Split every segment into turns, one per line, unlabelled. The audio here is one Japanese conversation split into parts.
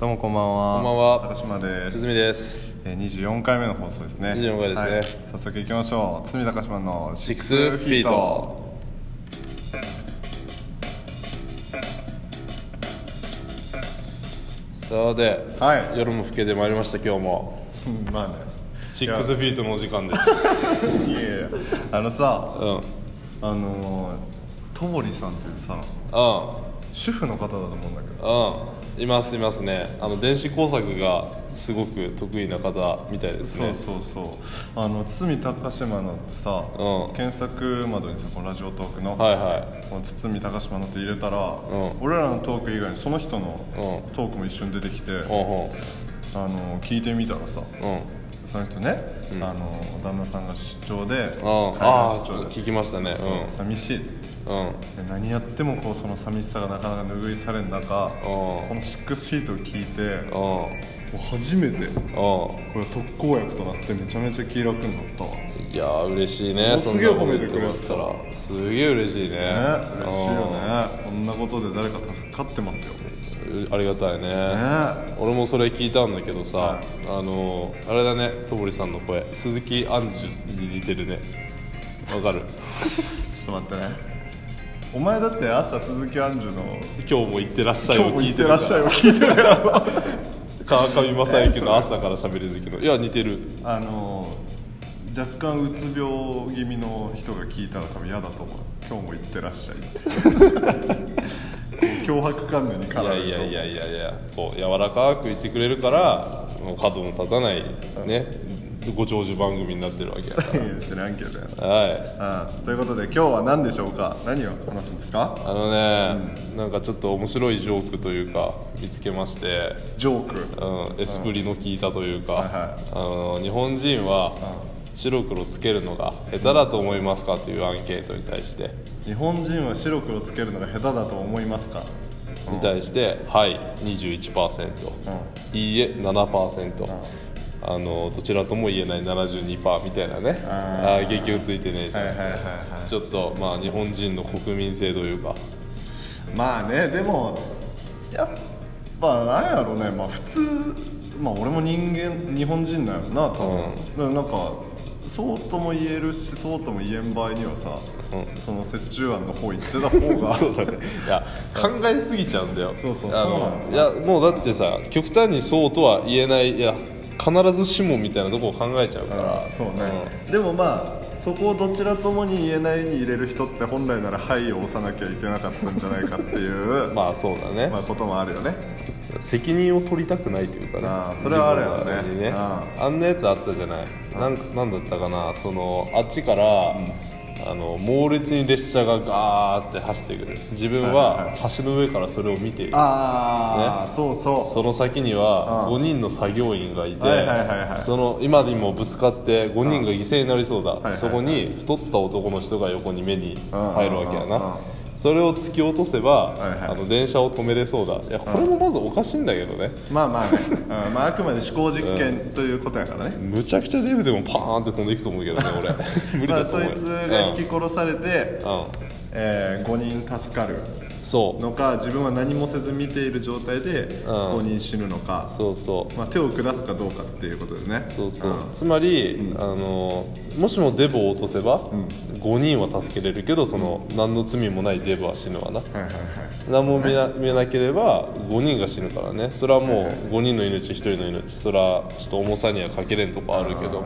どうもこんばんは。
こんばんは
高島です。
堤です
えー、24回目の放送ですね。
24回ですね
はい早速行きましょう。堤高島のシ
シ
ッ
ッ
ク
ク
ス
ス
フ
フ
ィー
ィー
ト
ト。さあで、
はい
夜も更けてまいりました今日も
まあね。
シックスフィートのお時間です
いやいやあのさ、
うんうん
あのー、とぼりさんっていうさ、主婦の方だと思うんだけど。
うんいますいますねあの電子工作がすごく得意な方みたいです
そう
ね
そうそう。あの堤高島のってさ、
うん
検索窓にさ、このラジオトークの。
はいは
この堤高島のって入れたら、
うん
俺らのトーク以外にその人の
うん
トークも一緒に出てきて、
いほ
あのー聞いてみたらさ、
んほんうん
その人ね、あの旦那さんが出張で、海
うん
外
ああ
出張で
聞きましたね
そう寂しいっつって
うんうん
で何やってもこうその寂しさがなかなか拭い去れん中このシックスフィートを聞いても
うん
う初めて
うん
これ特効薬となってめちゃめちゃ気楽になったわね
いやー嬉しいね
もうすげえ褒めてくれ
そんなこと言ってもらったらすげえ嬉しいね
嬉しいよねこんなことで誰か助かってますよね
うんありがたいね
え
俺もそれ聞いたんだけどさ、
はい
あのーあれだねとぼりさんの声鈴木杏樹に似てるねわ かる
ちょっと待ってねお前だって朝鈴木杏樹の
今日も行ってらっし
「
ゃい
今日
を
も
聞
行
い
ってて
る
らっしゃい」を聞いてるやろ
川上正行の朝から喋り好きのいや似てる
あの若干うつ病気味の人が聞いたら多分嫌だと思う今日も行ってらっしゃいって 脅迫観念に
い
から
や
れる
い
と
やいやいやいやこう柔らかく言ってくれるからもう角の立たないねご長寿番組になってるわけやか
いや知らんけどよ
らはい
うんということで今日は何でしょうか何を話すんですか
あのね、なんかちょっと面白いジョークというか見つけまして、
ジョーク
うん、エスプリの効いたというか、
は
あの日本人は白黒つけるのが下手だと思いますかというアンケートに対して、
日本人は白黒つけるのが下手だと思いますか
に対して「はい21%」いいえ7%」あのどちらとも言えない72%みたいなね
あ
あー激をついてね、
はいはいはいは
ちょっとまあ日本人の国民性というか
いまあねでもやっぱなんやろうねまあ普通まあ俺も人間日本人なんやろな多分、だからなんかそうとも言えるしそうとも言えん場合にはさ、その折衷案の方行ってた方が
そうだねいや考えすぎちゃうんだよ
そうそう
あ
そうなの
のいやもうだってさ極端にそうとは言えないいや必ずしもみたいなとこを考えちゃうから
うんそうね、でもまあそこをどちらともに言えないに入れる人って本来なら「はい」を押さなきゃいけなかったんじゃないかっていうま
まあそうだね、
あこともあるよね
責任を取りたくないというかね
あーそれはあるよね
自分の中に
う
あんなやつあったじゃないなんかなんだったかなそのあっちから、あの猛烈に列車がガーって走ってくる自分
はいはい
は橋の上からそれを見ている
ああ、
ね
そうそ
その先には
うん
5人の作業員がいて、
はいはいはいはい
その今にもぶつかって5人が犠牲になりそうだ、
いはいはい
そこに太った男の人が横に目に入るわけ
うんうん
や
うん
なそれを突き落とせば、
いはい
あの電車を止めれそうだいやこれもまずおかしいんだけどね
うまあまあね、うんまあ、あくまで思考実験ということやからね、
むちゃくちゃデブでもパーンって飛んでいくと思うけどね俺 無理
まあ、
だと
そい
思うよ
つが引き殺されて、
うん、うん
え5人助かる
そう
のか自分は何もせず見ている状態で5人死ぬのか、
そうそう
まあ、手を下すかどうかっていうことですね
そうそう、つまり、あのもしもデブを落とせば、5人は助けれるけどその、何の罪もないデブは死ぬわな
はいはいはい
何も見な見えなければ5人が死ぬからねそれはもう5人の命1人の命それはちょっと重さにはかけれんとこあるけども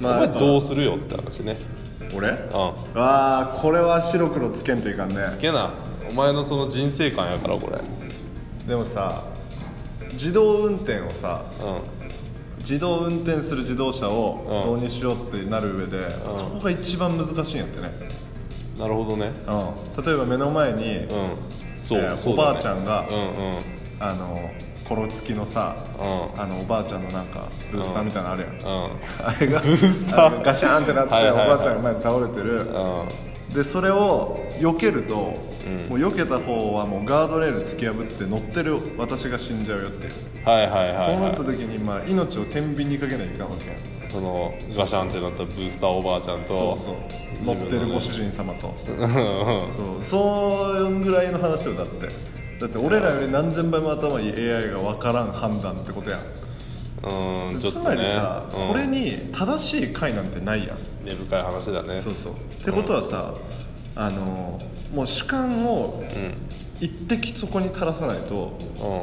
お
まあ
前どうするよって話ね
俺
うん
ああこれは白黒つけんといかんね
つけなお前のその人生観やからこれ
でもさ自動運転をさ
う
自動運転する自動車を導入しようってなる上で、そこが一番難しいんやってね、
んなるほどね
うん、例えば目の前に、
うんそう、
えー
そう
お
だね
ばあちゃんが
うんうん
あのコロつきのさ、
う
あのおばあちゃんのなんかブースターみたいなのあるやん、
うん
あれが
ブースター
あのガシャンってなって
はいはいはい
おばあちゃんが前に倒れてる、
うん
でそれを避けると、もう避けた方はもうガードレール突き破って乗ってる私が死んじゃうよっていう、
はいはいはい、はい、
そうなった時に、まあ、命を天秤にかけないといかんわけやん
そのガシャンってなったブースターおばあちゃん
そ
と
う そう乗ってるご主人様と、
うんうん
そうそんぐらいの話をだってだって俺らより何千倍も頭いい AI が分からん判断ってことやん
うんちょっ
つ
と
ま
ね
りさ、
うん
これに正しい回なんてないやん
根深い話だね
そうそうってことはさ、あのもう主観を一滴そこに垂らさないと
うんうん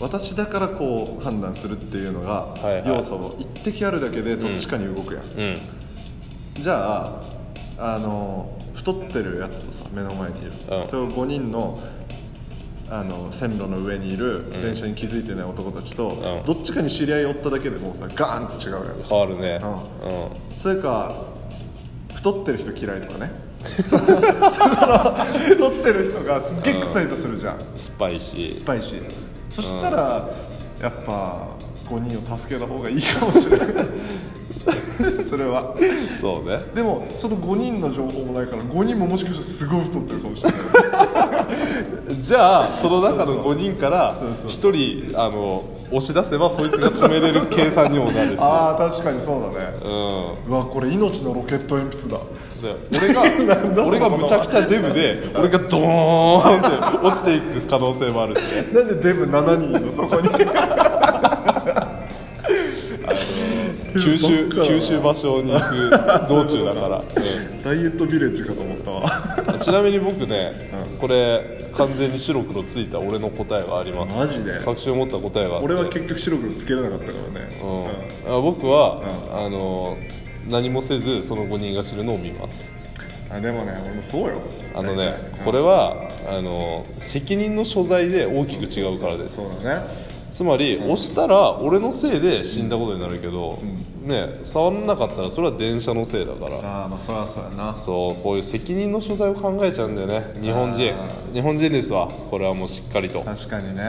私だからこう判断するっていうのが
はいはい
要素を一滴あるだけでどっちかに動くやん、
うん
じゃああの太ってるやつとさ目の前にいる、
うん
それを5人のあの線路の上にいる電車に気づいてない男たちと、
うん
どっちかに知り合いおっただけでもうさガーンって違うやん
変わるね
う
うん
それか太ってる人嫌いとかねそのだから太ってる人がすっげえ臭いとするじゃん、
酸っぱいし
いっぱいしそしたら、やっぱ5人を助けた方がいいかもしれない それは
そうね
でもその5人の情報もないから5人ももしかしたらすごい太ってるかもしれない
じゃあその中の5人から
そうそう
1人あの押し出せばそいつが止めれる計算にもなるし、
ああ確かにそうだね
う
う
ん
わこれ命のロケット鉛筆だ
で俺が俺がむちゃくちゃデブで俺がドーンって落ちていく可能性もあるし ね
なんでデブ7人いるのそこ に
九州
ばっかだな
九州場所に行く道中だ から、
ダイエットビレッジかと思ったわ
うん ちなみに僕ね、これ完全に白黒ついた俺の答えがあります
マジで
確信を持った答えがあって
俺は結局白黒つけれなかったからね、
うん
うん
あ僕は、あの何もせずその5人が知るのを見ます
あでもね俺もそうよ
あのねこれはあの責任の所在で大きく違うからです
そうだね
つまり、押したら俺のせいで死んだことになるけど、ね触らなかったらそれは電車のせいだから
ああまあそりゃそうやな
そうこういう責任の所在を考えちゃうんだよね日本人
あ
日本人ですわこれはもうしっかりと
確かにね、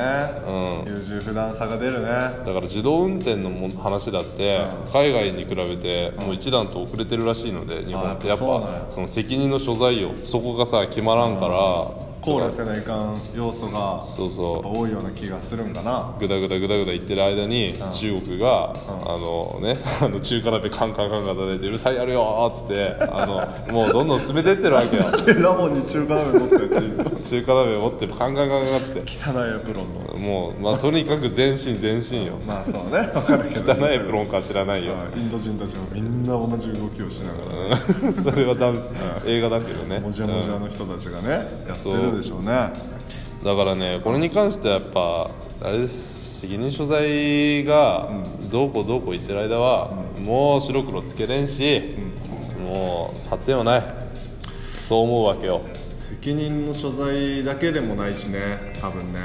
う
優柔不断さが出るね
だから自動運転のも話だって海外に比べてもう一段と遅れてるらしいので日本って
や
や
っぱ
っぱ
そうなんや
その責任の所在よそこがさ決まらんから
考慮せないかん要素が
そうそう
多いような気がするんかな
ぐだぐだぐだぐだ言ってる間に中国が、あのねあの中華鍋カンカンカンカン叩いて「うるさいやるよ」っつってあのもうどんどん進めてってるわけよ
ラボンに中華鍋持ったやついる
中華鍋持ってカンカンカンカンっつって
汚いエプロンの
もう、まあ、とにかく全身全身よ
まあそうね分かるけど
汚いエプロンか知らないよ、
インド人たちもみんな同じ動きをしながら、
うんそれはダンス、映画だけどね
もじゃもじゃの人たちがね、やってるでしょうね
だからねこれに関してはやっぱあれです責任所在がどうこうどうこう言ってる間は、もう白黒つけれんし、もう発展はないそう思うわけよ
責任の所在だけでもないしね多分ね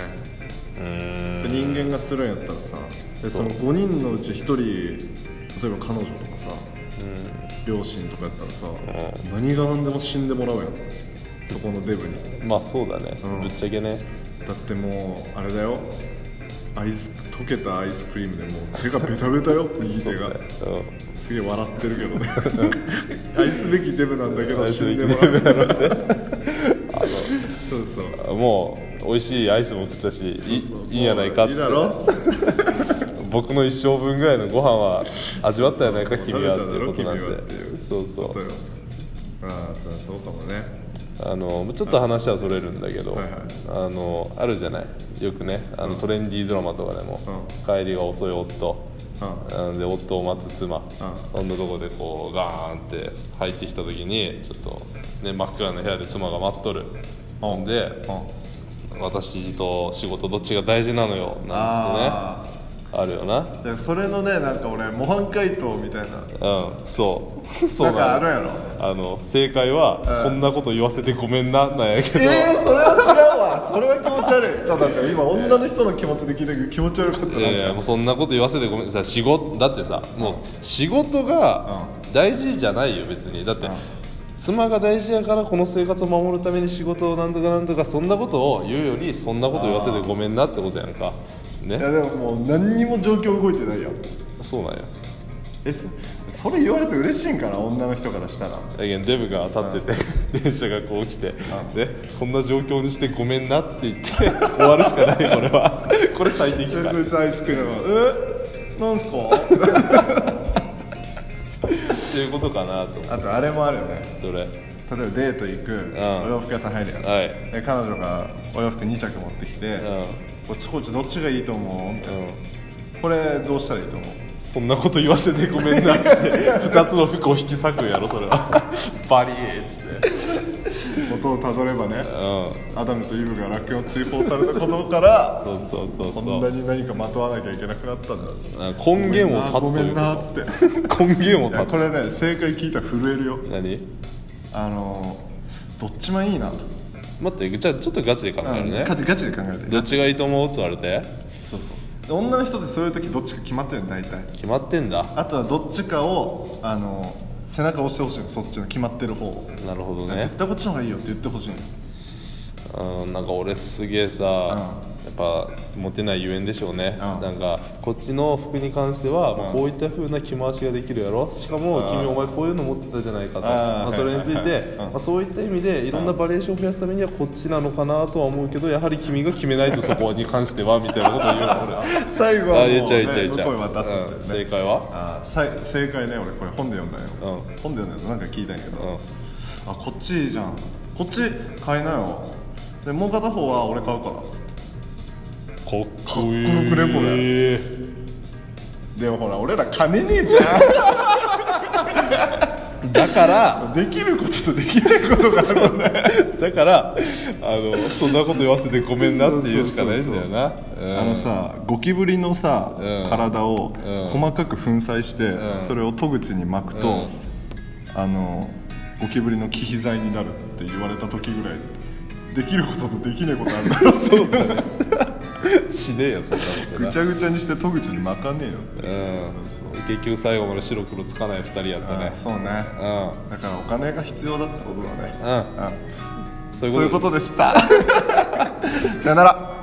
うー
人
ん
間がするんやったらさでその5人のうち1人例えば彼女とかさ、両親とかやったらさ、何が何でも死んでもらうやんそこのデブに
まあそうだね、
ん
ぶっちゃけね
だってもうあれだよアイス溶けたアイスクリームでもう手がベタベタよ右手が
う
すげえ笑ってるけどね 愛すべきデブなんだけど
愛
死
すべ
んで
きデ
も
ブ
らう そうそうん
もう美味しいアイスも食ったしいいいんやないかっ
い
つ
い
っ
だ
て
ろ
僕の一生分ぐらいのご飯は味わったやないか
そう
君はっ
食べただ
ていう
ろ
ことなん
君はって
で
いう
そうそう
そうよああそりゃそうかもね
あのちょっと話はそれるんだけど、
はいはい
あのあるじゃないよくねあの、トレンディードラマとかでも、
う
帰りが遅い夫、
う
うん、で夫を待つ妻、そんなとこでこうガーンって入ってきた時にちょっと、ね、真っ暗な部屋で妻が待っとる、ん、で、私と仕事どっちが大事なのよなんつってねあ
あー
るよな
だからそれのねなんか俺模範解答みたいな
うんそ うそ
な
う
んかあ
の
るやろ
あの正解は、そんなこと言わせてごめんななんやけど、
えー、それは違うわそれは気持ち悪いちょっと待って今女の人の気持ちで聞いたけど気持ち悪かった
いやい
な
やもうそんなこと言わせてごめんさ仕事だってさもう仕事が大事じゃないよ別にだって、妻が大事やからこの生活を守るために仕事をなんとかなんとかそんなことを言うよりそんなこと言わせてごめんなってことやんか
い
ね
やでももう何にも状況動いてないよ
そうなんや
えそそれ言われて嬉しいんかな女の人からしたら
だけどデブが立ってて電車がこう来てねそんな状況にしてごめんなって言って終わるしかないこれはこれ最適
で
解
そいつアイスクリームえなんすか
っていうことかなと思う
あとあれもあるよね
どれ
例えばデート行く、お洋服屋さん入るやん、
はい
で彼女がお洋服2着持ってきて、
ん
こっちこっちどっちがいいと思うみたいな、
うん
これどうしたらいいと思う
そんなこと言わせてごめんなっつって二つの服を引き裂くやろそれはバリーっつって
元をたどればね
うん
アダムとイブが楽園を追放されたことから
そうそうそう
こ
そ
ん
う
なに何かまとわなきゃいけなくなったんだっつって
あ根源を断つ
ごめ
とい
ん
う
な
こ
ごめんなっつって
と根源を
いや
断
こ
つ
れね正解聞いたら震えるよ
何
あのどっちもいいなと、
待ってじゃあちょっとガチで考えるね
ガチガチで考えて
どっちがいいと思うって言われて
そうそうで女の人ってそういう時どっちか決まってるの大体
決まってんだ
あとはどっちかをあの背中押してほしいのそっちの決まってる方を
なるほどね
絶対こっちの方がいいよって言ってほしいの
うんなんか俺すげえさ、やっぱモテないゆえんでしょうね、
うん
なんかこっちの服に関しては、もうこういった風な着回しができるやろしかも君お前こういうの持ってたじゃないかと
あー
まあ、それについ
はいはい
て、まあ、そういった意味でいろんなバリエーションを増やすためにはこっちなのかなとは思うけどやはり君が決めないとそこに関してはみたいなこと言うの俺は。
最後
あ
はもう、
言
ね、
っちゃう言っちゃう言っちゃう
向こうに渡すんだよね、
うん正解は
あーさい正解ね俺これ本で読んだよ、
う
本で読んだよなんか聞いたんやけど、
うん
あこっちいいじゃんこっち買いなよでもう片方は俺買うからっつって
かっこいい
かっこよくねこでもほら俺ら金ねえじゃ
だから
んできることとできないことがあるんだよ
だからあのそんなこと言わせてごめんなっていうしかないんだよな
あのさゴキブリのさ、
うん
体を
うん
細かく粉砕して、
うん
それを戸口に巻くと、
うん
あのゴキブリの忌避剤になるって言われた時ぐらいできることとできないことあるだろそうだね
うん しねえよそんなこと
ぐ
な
ちゃぐちゃにして戸口に巻かねえよって、
うん結局最後まで白黒つかない2人やったね
あそうね
うん
だからお金が必要だってことだね
うんそう
うんそう
い
いううこ
こと
とでした さよなら